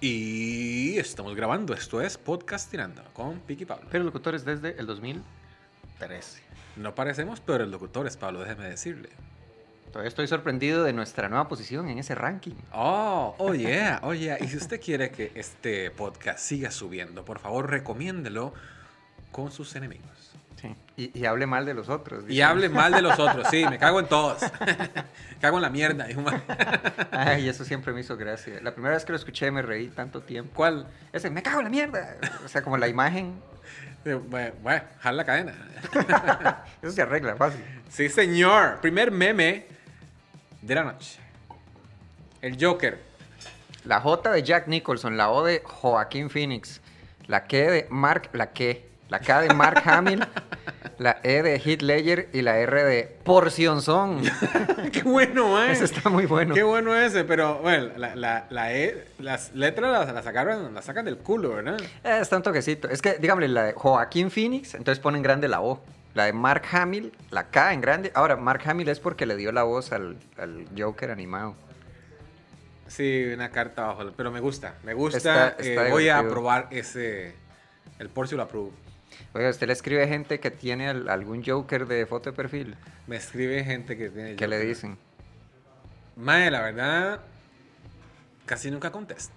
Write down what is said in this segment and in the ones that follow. Y estamos grabando. Esto es Podcastinando con Piqui Pablo. Pero locutores desde el 2013. No parecemos peores locutores, Pablo, déjeme decirle. Todavía estoy sorprendido de nuestra nueva posición en ese ranking. Oh, oh yeah, oh yeah. Y si usted quiere que este podcast siga subiendo, por favor, recomiéndelo con sus enemigos. Sí. Y, y hable mal de los otros. Y hable mal de los otros, sí, me cago en todos. Me cago en la mierda. dijo un man. Ay, eso siempre me hizo gracia. La primera vez que lo escuché me reí tanto tiempo. ¿Cuál? Ese, me cago en la mierda. O sea, como la imagen, Eh, Bueno, bueno, jala la cadena. eso se arregla fácil. Sí, señor. Primer meme de la noche. El Joker. La J de Jack Nicholson, la O de Joaquín Phoenix, la K de Mark, la K, la K de Mark Hamill, la E de Heath Ledger y la R de Porcionzón. Qué bueno, ¿eh? man. Eso está muy bueno. Qué bueno ese, pero bueno, la, la, la E, las letras las, las sacaron, las sacan del culo, ¿verdad? Eh, está un toquecito. Es que, dígame, la de Joaquín Phoenix, entonces pone en grande la O. La de Mark Hamill, la K en grande. Ahora, Mark Hamill es porque le dio la voz al, al Joker animado. Sí, una carta abajo, pero me gusta, me Está- gusta. está eh, voy a divertido. probar ese, el Porcio lo apruebo. Oiga, usted le escribe a gente que tiene al- algún Joker de foto de perfil. Me escribe gente que tiene... ¿Qué le Joker. dicen? Mae, la verdad, casi nunca contesto.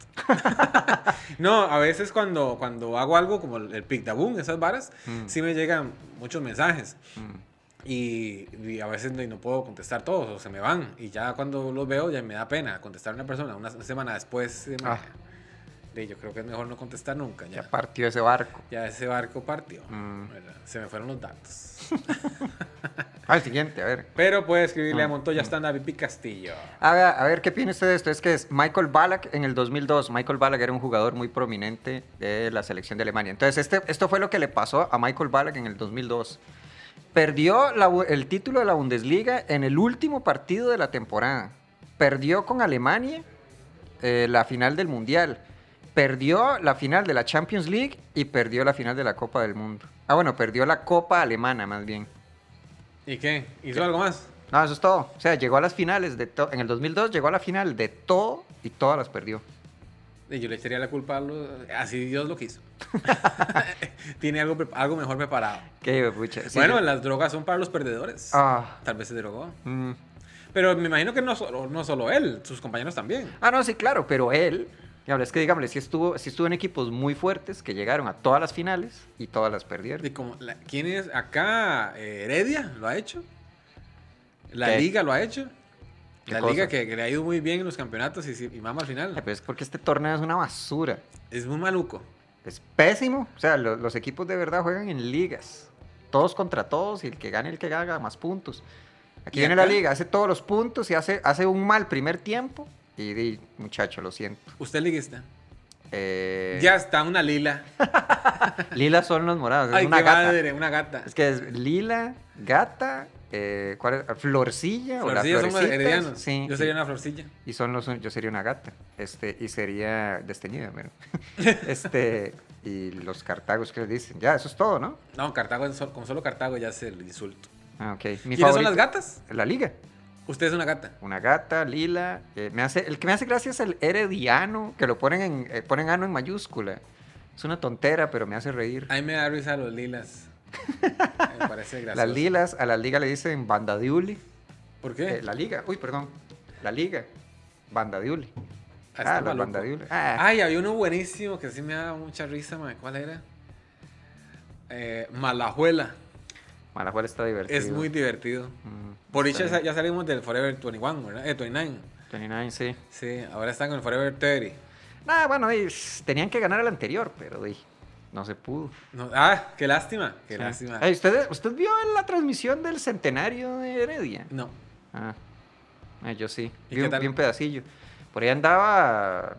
no, a veces cuando, cuando hago algo como el el Pictaboom, esas varas, Mm. sí me llegan muchos mensajes. Mm. Y, y a veces no, y no puedo contestar todos o se me van. Y ya cuando los veo ya me da pena contestar a una persona. Una semana después, eh, Ah. mae, yo creo que es mejor no contestar nunca. Ya Ya, partió ese barco. ya ese barco partió. Mm. ¿verdad? Se me fueron los datos. Al Ah, siguiente, a ver. Pero puede escribirle a Mm, Montoya está David P. Castillo. A ver, a ver, ¿qué piensa usted de esto? Es que es Michael Ballack en el 2002. Michael Ballack era un jugador muy prominente de la selección de Alemania. Entonces, este, esto fue lo que le pasó a Michael Ballack en el 2002. Perdió la Bu- el título de la Bundesliga en el último partido de la temporada. Perdió con Alemania eh, la final del Mundial. Perdió la final de la Champions League y perdió la final de la Copa del Mundo. Ah, bueno, perdió la Copa Alemana más bien. ¿Y qué? ¿Hizo algo más? No, eso es todo. O sea, llegó a las finales de todo. En el 2002 llegó a la final de todo y todas las perdió. Y yo le echaría la culpa a los... Así Dios lo quiso. Tiene algo, pre- algo mejor preparado. Qué pucha. sí. bueno, las drogas son para los perdedores. Ah, Tal vez se drogó. mm. Pero me imagino que no solo, no solo él, sus compañeros también. Ah, no, sí, claro, pero él. Diablo, es que dígame, sí estuvo, sí estuvo en equipos muy fuertes que llegaron a todas las finales y todas las perdieron. Y como la- ¿Quién es acá? Eh, Heredia lo ha hecho. La ¿Qué? liga lo ha hecho. ¿Qué La cosa? liga que, que le ha ido muy bien en los campeonatos y, si- y mama al Ay, final. Pero es porque este torneo es una basura. Es muy maluco. Es pésimo. O sea, lo- los equipos de verdad juegan en ligas. Todos contra todos y el que gane, el que haga más puntos. Aquí ¿Y viene la acá? liga, hace todos los puntos y hace, hace un mal primer tiempo. Y, di, muchacho, lo siento. Usted es liguista. Eh, Ya está, una lila. Lila son los morados. Es Ay, pues, una qué gata. madre, una gata. Es que es lila, gata, eh, ¿cuál es? florcilla o las Florcillas somos florecitas. heredianos. Sí, Yo y- sería una florcilla. Y son los, yo sería una gata. Este, y sería desteñida, mero. Este, y los cartagos que les dicen. Ya, eso es todo, ¿no? No, Cartago, es sol- con solo Cartago ya es el insulto. Ah, ok. Mi ¿Quiénes son favorito- las gatas? La liga. Usted es una gata. Una gata, lila. eh, me hace, el que me hace gracia es el herediano, que lo ponen en, eh, ponen ano en mayúscula. Es una tontera, pero me hace reír. A mí me da risa los lilas. Me parece gracioso. Las lilas, a la liga le dicen banda de uli. ¿Por qué? Eh, la liga, uy, perdón. La liga. Banda de Uli. Ah, Ah, está la maluco. banda de Uli. Ah, Ay, había uno buenísimo que sí me daba mucha risa, mae. ¿Cuál era? Eh, Malajuela. Malajuela está divertido. Ah. Es muy divertido. Mm, Por está dicha bien. ya salimos del Forever 21, ¿verdad? Eh, 29. 29, sí. Sí, ahora están con el Forever 30. Nada, bueno, y, s- tenían que ganar el anterior, pero di, no se pudo. No- ah, qué lástima. Qué Sí. lástima. Ay, ¿usted, ¿Usted vio la transmisión del centenario de Heredia? No. Ah, Ah, yo sí. ¿Y Vi qué un, tal? vi un pedacillo. Por ahí andaba.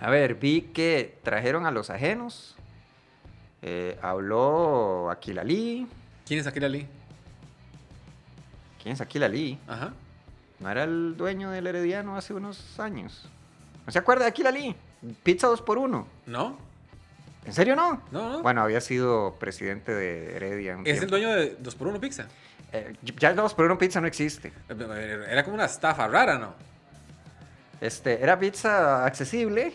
A ver, vi que trajeron a los ajenos. Eh, habló Aquilalí. ¿Quién es Aquila Lee? ¿Quién es Aquilalí? Ajá. ¿No era el dueño del Herediano hace unos años? ¿No se acuerda de Aquilalí? Pizza 2x1. ¿No? ¿En serio no? No, no. Bueno, había sido presidente de Heredia. un es el tiempo. dueño de 2x1 Pizza. Eh, ya el 2x1 pizza no existe. Era como una estafa rara, ¿no? Este, era pizza accesible.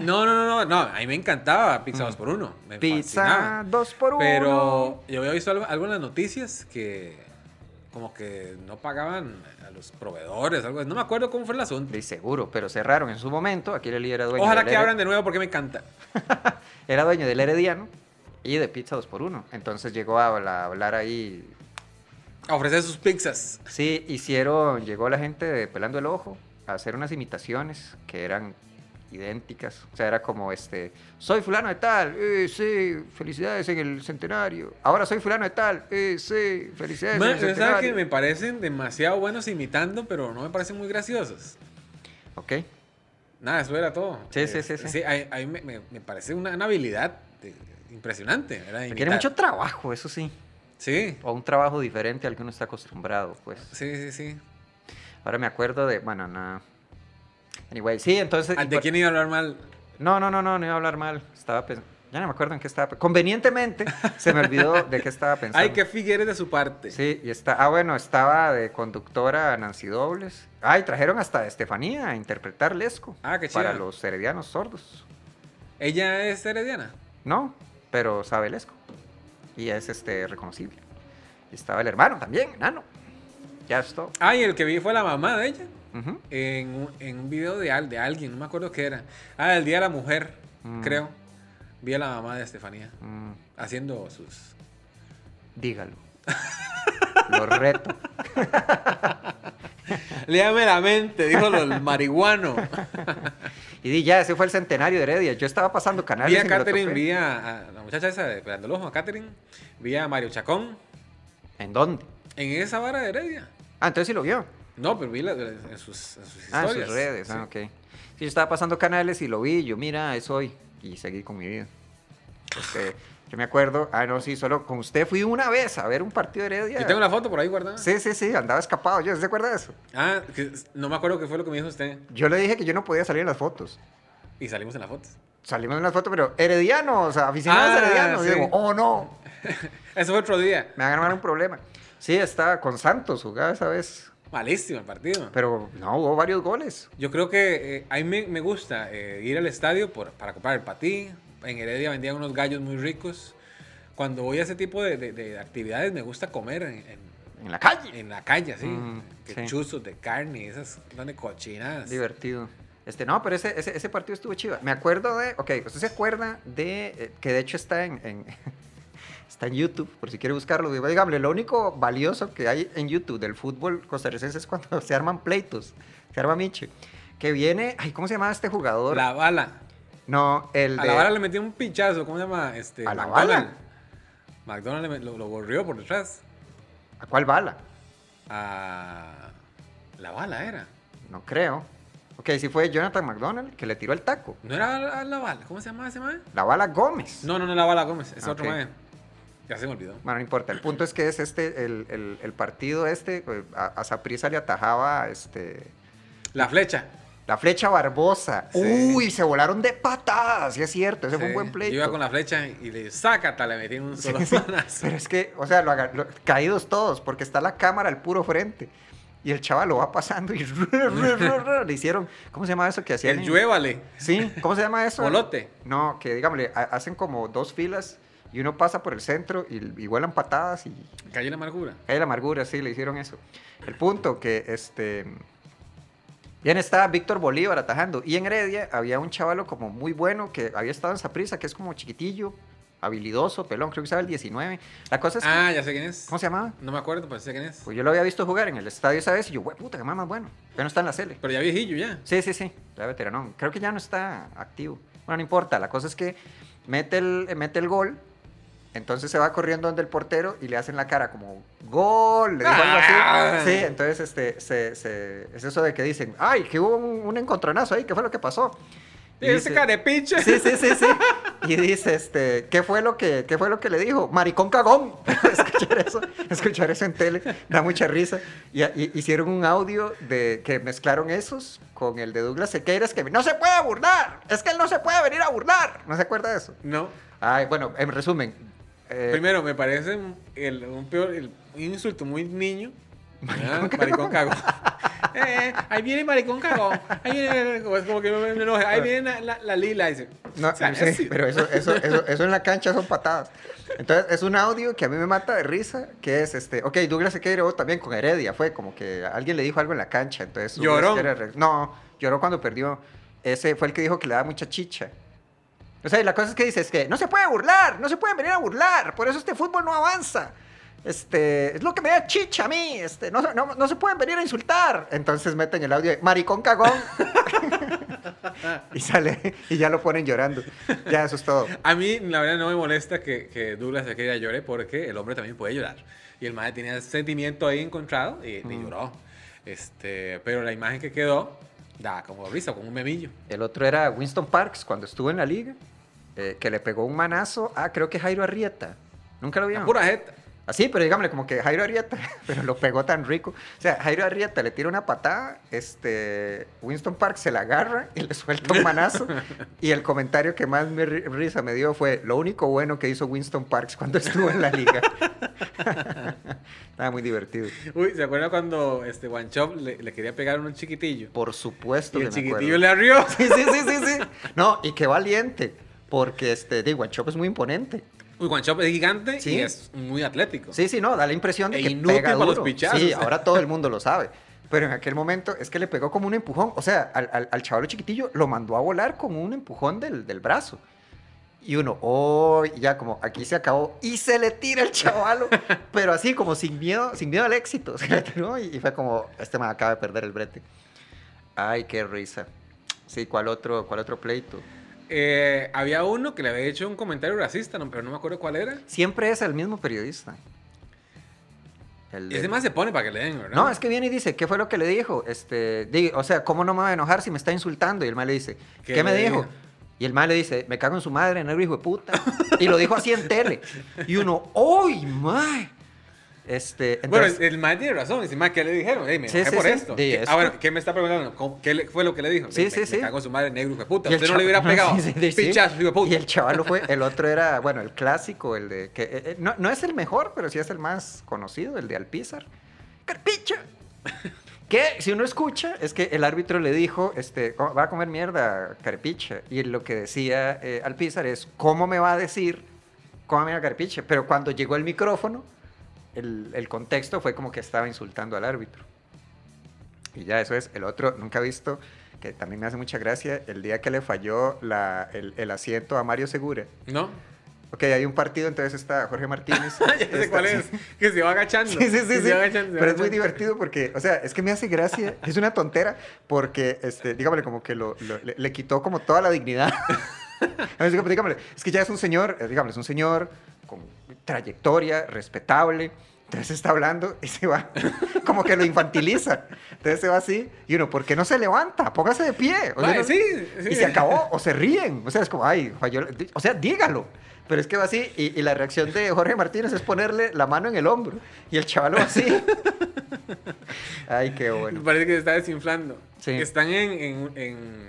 No, no, no, no, no, a mí me encantaba Pizza 2x1. me Mm. Pizza fascinaba. 2x1. Pero yo había visto algo, algo en las noticias que como que no pagaban a los proveedores, algo así. No me acuerdo cómo fue el asunto. De seguro, pero cerraron en su momento. Aquí el líder era dueño Ojalá del que Hered- abran de nuevo porque me encanta. Era dueño del Herediano y de Pizza 2x1. Entonces llegó a habla- hablar ahí. A ofrecer sus pizzas. Sí, hicieron, llegó la gente de Pelando el Ojo a hacer unas imitaciones que eran idénticas. O sea, era como este, soy fulano de tal, eh, sí, felicidades en el centenario. Ahora soy fulano de tal, eh, sí, felicidades Ma, en el pero ¿sabes que centenario. me parecen demasiado buenos imitando, pero no me parecen muy graciosos. Ok. Nada, eso era todo. Eh, Sí, sí, sí, sí. a, a mí me, me- me parece una, una habilidad de- impresionante. ¿verdad? Requiere Imitar. mucho trabajo, eso sí. Sí, O un trabajo diferente al que uno está acostumbrado, pues. sí, sí, sí. Ahora me acuerdo de. Bueno, nada. Anyway, sí, entonces. ¿Al ¿De quién iba a hablar mal? No, no, no, no, no iba a hablar mal. Estaba pensando. Ya no me acuerdo en qué estaba. pe- Convenientemente se me olvidó de qué estaba pensando. Ay, que Figueres de su parte. Sí, y está. Ah, bueno, estaba de conductora Nancy Dobles. Ay, trajeron hasta a Estefanía a interpretar Lesco. Ah, qué chida. Para los heredianos sordos. Ella es herediana. No, pero sabe Lesco. Y es este reconocible. Y estaba el hermano también, Nano. Ya es todo. Ay, el que vi fue la mamá de ella. Ujú. En un, en un video de, al- de alguien, no me acuerdo qué era. Ah, el Día de la Mujer, Mm. creo. Vi a la mamá de Estefanía Mm, haciendo sus... dígalo. Lo reto. Léame la mente, dijo el marihuano. Y di, ya, ese fue el centenario de Heredia. Yo estaba pasando canales. Vi y a me lo Catherine, topé. vi a, a la muchacha esa de Pelando el Ojo, a Catherine. Vi a Mario Chacón ¿En dónde? en esa vara de Heredia. Ah, entonces sí lo vio. No, pero vi la- en, sus, en sus Ah, historias. en sus redes. Sí. Ah, ok. Sí, yo estaba pasando canales y lo vi. y Yo, mira, es hoy. Y seguí con mi vida. Este, yo me acuerdo. Ah, no, sí, solo con usted fui una vez a ver un partido de Heredia. Yo tengo la foto por ahí guardada. Sí, sí, sí, andaba escapado. Yo, ¿Se acuerda de eso? Ah, que- no me acuerdo qué fue lo que me dijo usted. Yo le dije que yo no podía salir en las fotos. Y salimos en las fotos. Salimos en las fotos, pero heredianos, aficionados Ah, heredianos. Y sí. digo, oh no, Eso fue otro día. me van a armar un problema. Sí, estaba con Santos, jugaba esa vez. Malísimo el partido. Pero no, hubo varios goles. Yo creo que eh, a mí me, me gusta eh, ir al estadio por- para comprar el patín. En Heredia vendían unos gallos muy ricos. Cuando voy a ese tipo de, de- de actividades me gusta comer en, en- En la calle. en la calle, así. Mm, que sí. chuzos de carne, esas donde cochinadas. Divertido. Este, no, pero ese, ese, ese partido estuvo chiva. Me acuerdo de. Ok, pues ¿usted se acuerda de. eh, que de hecho está en. en- está en YouTube, por si quiere buscarlo. Digo, dígame, lo único valioso que hay en YouTube del fútbol costarricense es cuando se arman pleitos. Se arma Miche. Que viene. Ay, ¿cómo se llamaba este jugador? La bala. No, el A de. la bala le metí un pinchazo, ¿cómo se llama? Este, ¿A la McDonald. McDonald le me- lo, lo borrió por detrás. ¿A cuál bala? A la bala era. No creo. Ok, sí fue Jonathan McDonald que le tiró el taco. ¿No era a la, bala? ¿Cómo se llama ese man? La bala Gómez. No, no, no, la bala Gómez, es Ah, otro ok. man. Ya se me olvidó. Bueno, no importa. El punto es que es este, el, el- el partido este, eh, a Saprisa le atajaba este, La flecha. la flecha Barbosa. Sí. Uy, se volaron de patadas, sí es cierto, ese fue Sí, un buen pleito. Yo iba con la flecha y le sácata, le metí en un solo planazo. Pero es que, o sea, lo aga- lo- caídos todos, porque está la cámara al puro frente. Y el chaval lo va pasando y ru, ru, ru, ru, le hicieron, ¿cómo se llama eso que hacían? El en- lluévale. Sí, ¿cómo se llama eso? Molote. No, que digámosle, ha- hacen como dos filas y uno pasa por el centro y, y vuelan patadas y Cayó la amargura. Calle de la amargura, sí, le hicieron eso. El punto que este. Bien estaba Víctor Bolívar atajando. Y en Heredia había un chavalo como muy bueno que había estado en Saprisa, que es como chiquitillo, habilidoso, pelón, creo que estaba el 19. La cosa es que- Ah, ya sé quién es. ¿Cómo se llamaba? No me acuerdo, pero sí sé quién es. Pues yo lo había visto jugar en el estadio esa vez y yo, güey, puta, qué más más bueno. Ya no está en la sele. Pero ya viejillo ya. Sí, sí, sí, ya veterano. Creo que ya no está activo. Bueno, no importa. La cosa es que mete el, eh, mete el gol, entonces se va corriendo donde el portero y le hacen la cara como gol, le dijo algo Ah. así. Sí, entonces este, se- se- es eso de que dicen, ay, que hubo un, un encontronazo ahí, ¿qué fue lo que pasó? Y Ese dice- carepiche. Sí, sí, sí, sí. Y dice, este, ¿qué fue lo que, qué fue lo que le dijo? Maricón cagón. escuchar eso, escuchar eso en tele, da mucha risa. Y, y- hicieron un audio de que mezclaron esos con el de Douglas Sequeiras que no se puede burlar. Es que él no se puede venir a burlar. ¿No se acuerda de eso? No. Ay, bueno, en resumen. eh, Primero, me parece un- el- un peor, el- un insulto muy niño. ¿verdad? Ah, Maricón cagón. eh, ahí viene maricón cagón. Ahí viene, es como que me, me enoje. Ahí viene la, la, la lila. Dice, No, o sea, sí, es- pero eso, eso, eso, eso en la cancha son patadas. Entonces, es un audio que a mí me mata de risa, que es este, ok, Douglas Sequeiro también con Heredia, fue como que alguien le dijo algo en la cancha, entonces... Douglas Lloró. Sequeiro re- No, lloró cuando perdió. Ese fue el que dijo que le daba mucha chicha. O sea, y la cosa es que dice, es que no se puede burlar, no se pueden venir a burlar, por eso este fútbol no avanza. Este, es lo que me da chicha a mí, este, no, se- no, no se pueden venir a insultar. Entonces meten el audio de maricón cagón y sale, y ya lo ponen llorando. Ya, eso es todo. A mí, la verdad, no me molesta que, que Douglas Sequeira llore porque el hombre también puede llorar. Y el madre tenía ese sentimiento ahí encontrado y, y Mm. lloró. Este, pero la imagen que quedó da como risa, como un memillo. El otro era Winston Parks cuando estuvo en la liga, eh, que le pegó un manazo a, creo que Jairo Arrieta. Nunca lo La vieron. pura jeta. Así, pero dígamele como que Jairo Arrieta, pero lo pegó tan rico. O sea, Jairo Arrieta le tira una patada, este, Winston Park se la agarra y le suelta un manazo. y el comentario que más me ri- risa me dio fue, lo único bueno que hizo Winston Parks cuando estuvo en la liga. Estaba muy divertido. Uy, ¿se acuerda cuando este One Chop le, le quería pegar a un chiquitillo? Por supuesto Y que el me acuerdo. chiquitillo le arrió. Sí, sí, sí, sí, sí. No, y qué valiente, porque este, digo, Chop es muy imponente. Uy, One Chop es gigante Sí. y es muy atlético. Sí, sí, no, da la impresión de E que inútil pega para los duro. pichazos. Sí, ahora todo el mundo lo sabe. Pero en aquel momento es que le pegó como un empujón. O sea, al, al, al chavalo chiquitillo lo mandó a volar con un empujón del, del brazo. Y uno, oh, y ya como aquí se acabó. Y se le tira el chavalo, pero así como sin miedo, sin miedo al éxito. Se le tiró y, y fue como, este me acaba de perder el brete. Ay, qué risa. Sí, ¿cuál otro, cuál otro pleito? Eh, había uno que le había hecho un comentario racista, no, pero no me acuerdo cuál era. Siempre es el mismo periodista. El Ese del- más se pone para que le den, ¿verdad? No, es que viene y dice, ¿qué fue lo que le dijo? Este, di- o sea, ¿cómo no me va a enojar si me está insultando? Y el mal le dice, ¿qué, ¿Qué me le dijo? dijo? Y el mal le dice, me cago en su madre, negro hijo de puta. Y lo dijo así en tele. Y uno, ¡ay, mae! Este, Bueno, entonces, el, el mae tiene razón. Dice, mae, ¿qué le dijeron? Ey, me Sí, enojé sí, por sí. esto. Sí, ¿Qué- es ah, que- bueno, ¿qué me está preguntando? ¿Cómo- ¿Qué le- fue lo que le dijo? Sí, me, sí, me- sí. Me cagó su madre, negro, hijo de puta. y el Usted no le chaval- hubiera pegado. sí, sí, sí, sí. Pichazo, hijo de puta. Y el chaval lo fue, el otro era, bueno, el clásico, el de, que eh, eh, no, no es el mejor, pero sí es el más conocido, el de Alpizar. ¡Carpicha! Que si uno escucha, es que el árbitro le dijo, este, "Co- va a comer mierda, Carpicha. Y lo que decía eh, Alpizar es, ¿cómo me va a decir, cómo mierda, Carpicha? Pero cuando llegó el micrófono, el, el contexto fue como que estaba insultando al árbitro. Y ya, eso es. El otro, nunca he visto, que también me hace mucha gracia, el día que le falló la- el, el asiento a Mario Segura. ¿No? Ok, hay un partido, entonces está Jorge Martínez. ya sé está- cuál es. Que se va agachando. Sí, sí, Que sí, sí. se va agachando, se va Pero es muy agachando. divertido porque, o sea, es que me hace gracia. Es una tontera porque, este, dígamele, como que lo, lo- le, le quitó como toda la dignidad. A ver, dígame- dígamele, es que ya es un señor, eh, dígamele, es un señor con trayectoria, respetable. Entonces está hablando y se va, como que lo infantiliza. Entonces se va así y uno, ¿por qué no se levanta? Póngase de pie. O sea, Mae, no- sí, sí. y se acabó, o se ríen. O sea, es como, ay, falló. la- O sea, dígalo. Pero es que va así, y, y la reacción de Jorge Martínez es ponerle la mano en el hombro. Y el chaval va así. ay, qué Me bueno. parece que se está desinflando. Sí. Están en, en, en,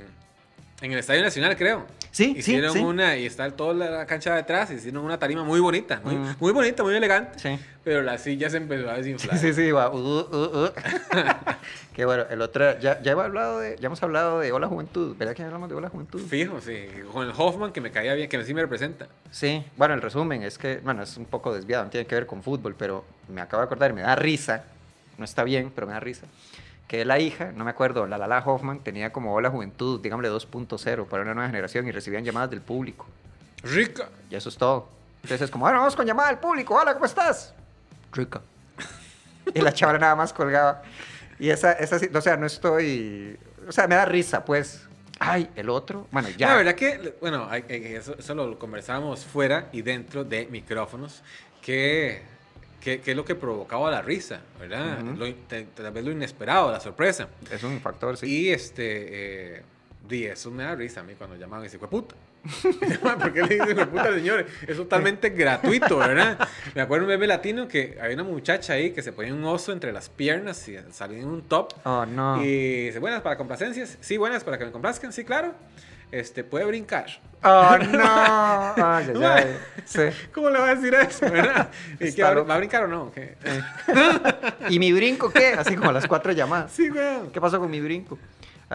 en el Estadio Nacional, creo. Sí, sí, Hicieron sí. una, y está toda la cancha de atrás, hicieron una tarima muy bonita, muy, Mm. muy bonita, muy elegante, Sí. pero la silla se empezó a desinflar. Sí, sí, va. uh, uh, uh. qué bueno. El otro, ya, ya, hemos hablado de, ya hemos hablado de Hola Juventud. ¿Verdad que ya hablamos de Hola Juventud? Fijo, sí. Con el Hoffman, que me caía bien, que sí me representa. Sí, bueno, el resumen es que, bueno, es un poco desviado, no tiene que ver con fútbol, pero me acabo de acordar, me da risa, no está bien, pero me da risa, que la hija, no me acuerdo, la Lala Hoffman tenía como la juventud, digámosle 2.0 para una nueva generación y recibían llamadas del público, Rica. y eso es todo. Entonces es como, bueno, vamos con llamada del público, hola, ¿cómo estás? Rica. Y la chavala nada más colgaba. Y esa, esa, sí- o sea, no estoy, o sea, me da risa, pues. Ay, el otro, bueno, ya. La verdad que, bueno, hay- hay- eso, eso lo conversábamos fuera y dentro de micrófonos, que, que, que es lo que provocaba la risa, ¿verdad? Ujú. Lo in- te- tal vez lo inesperado, la sorpresa. Es un factor, sí. Y este, eh, di, eso me da risa a mí cuando llamaban y dicen, puta. ¿Por qué le dicen puta, señores? Es totalmente gratuito, ¿verdad? Me acuerdo un bebé latino que había una muchacha ahí que se ponía un oso entre las piernas y salía en un top. Oh, no. Y dice, buenas para complacencias. Sí, buenas para que me complazcan, sí, claro. este, puede brincar. ¡Oh, no! Ay, ay, ay. Sí. ¿Cómo le va a decir eso, verdad? ¿Y Está qué, va, loco. Eh. va a brincar o no? ¿Qué? ¿Y mi brinco qué? Así como las cuatro llamadas. Sí, weón. ¿Qué pasó con mi brinco?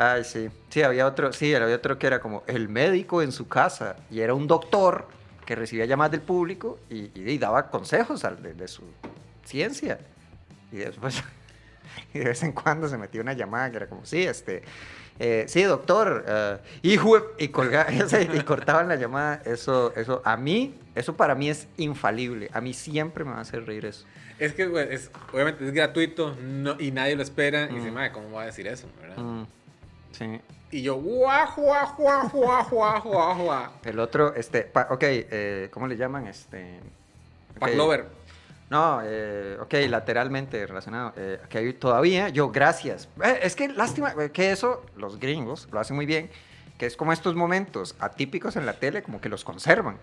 Ay, sí. Sí, había otro, sí, había otro que era como el médico en su casa. Y era un doctor que recibía llamadas del público y, y- y daba consejos al- de, de su ciencia. Y después, y de vez en cuando se metía una llamada que era como, sí, este, eh, sí, doctor, eh, hijo, de-", y, colga- y cortaban la llamada. Eso, eso, a mí, eso para mí es infalible. A mí siempre me va a hacer reír eso. Es que, güey, es, obviamente es gratuito no- y nadie lo espera. Y dice, Mm. madre, ¿cómo va a decir eso? ¿verdad? Mm, sí. Y yo, guau, guau, guau, guau, guau, guau, guau. El otro, este, pa- ok, eh, ¿cómo le llaman? Este. ok. Pavlover. No, eh, ok, lateralmente relacionado. Eh, que hay todavía, yo, gracias. Eh, es que lástima eh, que eso, los gringos lo hacen muy bien, que es como estos momentos atípicos en la tele, como que los conservan.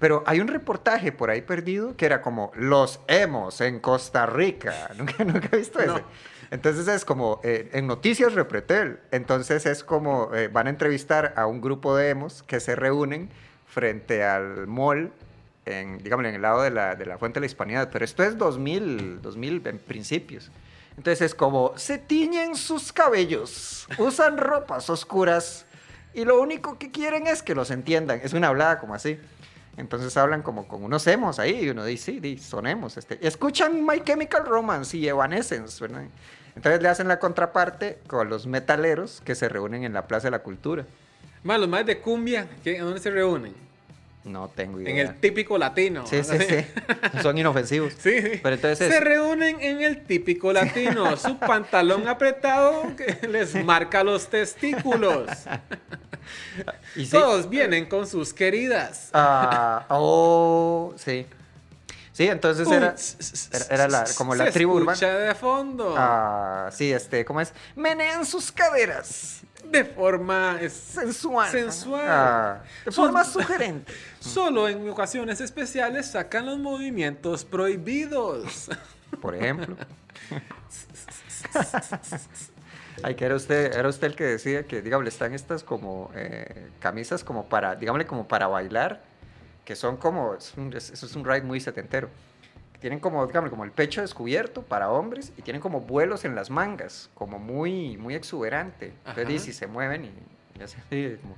Pero hay un reportaje por ahí perdido que era como los hemos en Costa Rica. Nunca, nunca he visto eso. No. Entonces es como eh, en Noticias Repretel. Entonces es como eh, van a entrevistar a un grupo de emos que se reúnen frente al mall, en, digamos, en el lado de la, de la Fuente de la Hispanidad. Pero esto es 2000, 2000 en principios. Entonces es como se tiñen sus cabellos, usan ropas oscuras y lo único que quieren es que los entiendan. Es una hablada como así. Entonces hablan como con unos emos ahí y uno dice, sí, di, son emos. Este. Escuchan My Chemical Romance y Evanescence. ¿verdad? Entonces le hacen la contraparte con los metaleros que se reúnen en la Plaza de la Cultura. Más los más de cumbia, ¿qué, ¿a dónde se reúnen? No tengo idea. En el típico latino. Sí, sí, sí. Son inofensivos. Sí, Pero entonces- se reúnen en el típico latino, su pantalón apretado que les marca los testículos. Y sí, Todos vienen con sus queridas. Ah, oh, sí. Sí, entonces era, era, era la- como la Se tribu urbana. escucha de fondo, Ah, sí, este, ¿cómo es? Menean sus caderas. de forma es- Sensual. Sensual. Ah, de Son- forma sugerente. Solo en ocasiones especiales sacan los movimientos prohibidos. Por ejemplo. Ay, que era usted, era usted el que decía que, dígame, están estas como eh, camisas como para, dígame, como para bailar, que son como, es un, es- eso es un ride muy setentero. Tienen como, dígame, como el pecho descubierto para hombres y tienen como vuelos en las mangas, como muy, muy exuberante. Entonces, Ajá. y si se mueven y, y hacen así, como-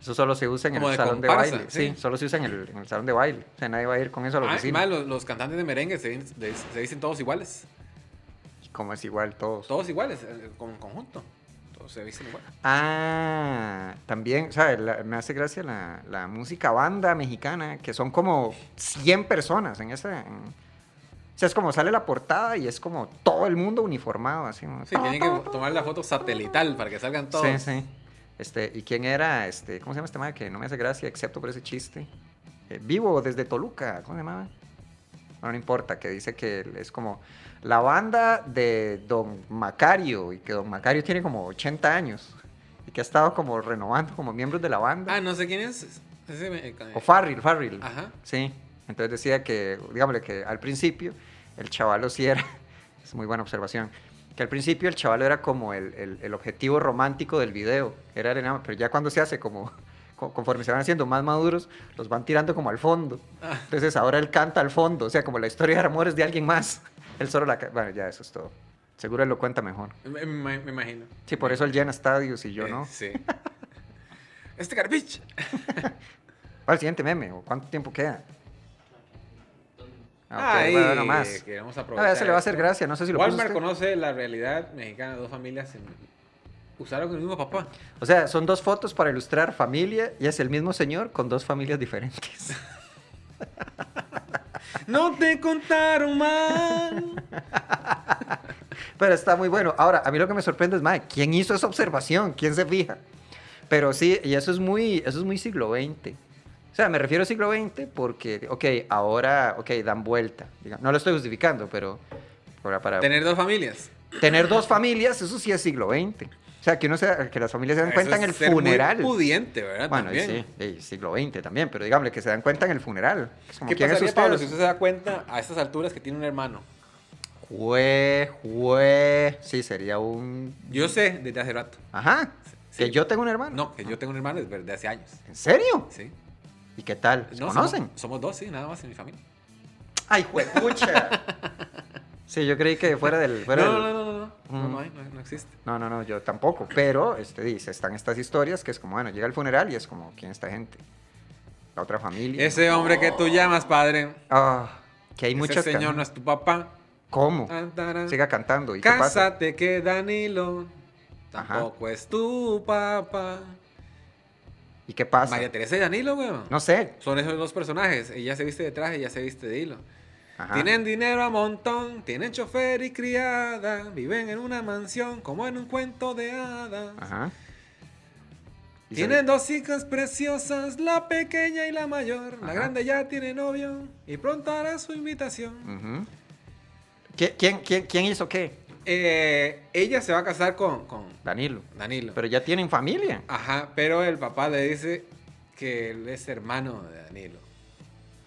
eso solo se usa en Como el de salón comparsa, de baile. Sí, sí. solo se usa en el, en el salón de baile. O sea, nadie va a ir con eso a la Ah, y oficina. más, los, los cantantes de merengue se, se- se dicen todos iguales. Como es igual todos. Todos iguales, eh, con conjunto. Todos se dicen igual. Ah, también, ¿sabes? La- me hace gracia la, la música banda mexicana, que son como 100 personas en esa... en- o sea, es como sale la portada y es como todo el mundo uniformado, así. ¿no? Sí, tienen que tomar la foto satelital para que salgan todos. Sí, sí. Este, ¿Y quién era? Este, ¿Cómo se llama este madre que no me hace gracia, excepto por ese chiste? Eh, vivo desde Toluca, ¿cómo se llamaba? Bueno, no importa, que dice que es como la banda de Don Macario y que Don Macario tiene como 80 años y que ha estado como renovando como miembros de la banda. Ah, no sé quién es. Ese me- eh, O Farril, Farril. Ajá. Sí. Entonces decía que, digámosle que al principio el chavalo sí era, es muy buena observación, que al principio el chavalo era como el, el- el objetivo romántico del video, era el enamo, pero ya cuando se hace como, co- conforme se van haciendo más maduros, los van tirando como al fondo. Ah. Entonces ahora él canta al fondo, o sea, como la historia de amores de alguien más. Él solo la... ca- Bueno, ya eso es todo. Seguro él lo cuenta mejor. Me, me- me imagino. Sí, por eso él llena estadios y yo Eh, no. Sí. Este carpich. ¿Cuál el siguiente meme? ¿O cuánto tiempo queda? Ah, ok, Ay, bueno, más. queremos A aprovechar. ver, se le va a esto. hacer gracia, no sé si lo puso Walmart usted. conoce la realidad mexicana de dos familias. en- Usaron el mismo papá. O sea, son dos fotos para ilustrar familia y es el mismo señor con dos familias diferentes. No te contaron mal. Pero está muy bueno. Ahora, a mí lo que me sorprende es, madre, ¿quién hizo esa observación? ¿Quién se fija? Pero sí, y eso es muy, eso es muy siglo XX. O sea, me refiero al siglo XX porque, ok, ahora, ok, dan vuelta. Digamos. No lo estoy justificando, pero para, para Tener dos familias. tener dos familias, eso sí es siglo XX. O sea, que, uno sea, que las familias se dan cuenta Eso en es el ser muy funeral. pudiente, ¿verdad? Bueno, y Ah, También. sí, y siglo XX también, pero dígame que se dan cuenta en el funeral. Es como, ¿Qué ¿quién es pasaría, usted? Pablo, si usted se da cuenta a estas alturas que tiene un hermano? Jue, jue. Sí, sería un. Yo sé desde hace rato. Ajá. Que yo tengo un hermano. No, que yo tengo un hermano desde hace años. ¿En serio? Sí. ¿Y qué tal? ¿Se No, conocen? Somos, somos dos, sí, nada más en mi familia. ¡Ay, juepucha! sí, yo creí que fuera del... No, fuera no, del- no, no, no, no, no, Mm. hay, no, no existe. No, no, no, yo tampoco. Pero, este, dice, están estas historias que es como, bueno, llega el funeral y es como, ¿quién es esta gente? La otra familia. Ese hombre que tú llamas, padre. Ah, que hay Ese muchas... can- señor no Ah, es tu papá. ¿Cómo? Tan, taran. Siga cantando. ¿Y qué pasa? Cásate que Danilo Ajá. tampoco es tu papá. ¿Y qué pasa? María Teresa y Danilo, weón. No sé. Son esos dos personajes. Ella se viste de traje, ella se viste de hilo. Ajá. Tienen dinero a montón, tienen chofer y criada, viven en una mansión como en un cuento de hadas. Ajá. Y se- Tienen dos hijas preciosas, la pequeña y la mayor. La Ajá. grande ya tiene novio y pronto hará su invitación. Ujú. ¿Qui- quién, quién- quién hizo qué? Eh, ella se va a casar con, con Danilo. Danilo. Pero ya tienen familia. Ajá, pero el papá le dice que él es hermano de Danilo.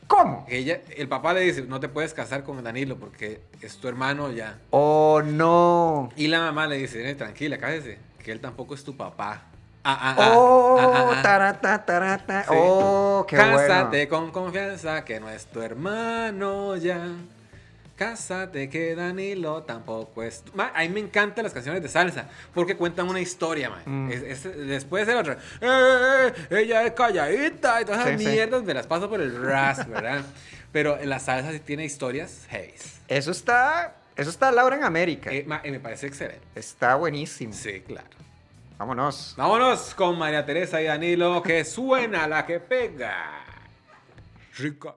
¿Cómo? Que Ella, el papá le dice, no te puedes casar con Danilo porque es tu hermano ya. Oh, no. Y la mamá le dice, "Eh, tranquila, cállese, que él tampoco es tu papá. Ah, ah, ah, ah, Oh, ah, ah. tarata, tarata. Sí. Oh, qué Cásate con bueno. confianza, que no es tu hermano ya. Cásate que Danilo tampoco es... tu- Ma, a mí me encantan las canciones de salsa, porque cuentan una historia, ma. Mm. Es- es- después de la otra, "Eh, eh, ella es calladita, y todas esas Sí, sí. mierdas me las paso por el ras, ¿verdad? Pero la salsa sí tiene historias heavy. Eso está, eso está Laura en América. me parece excelente. Está buenísimo. Eh. Sí, claro. Vámonos. Vámonos con María Teresa y Danilo, que suena la que pega. Rica.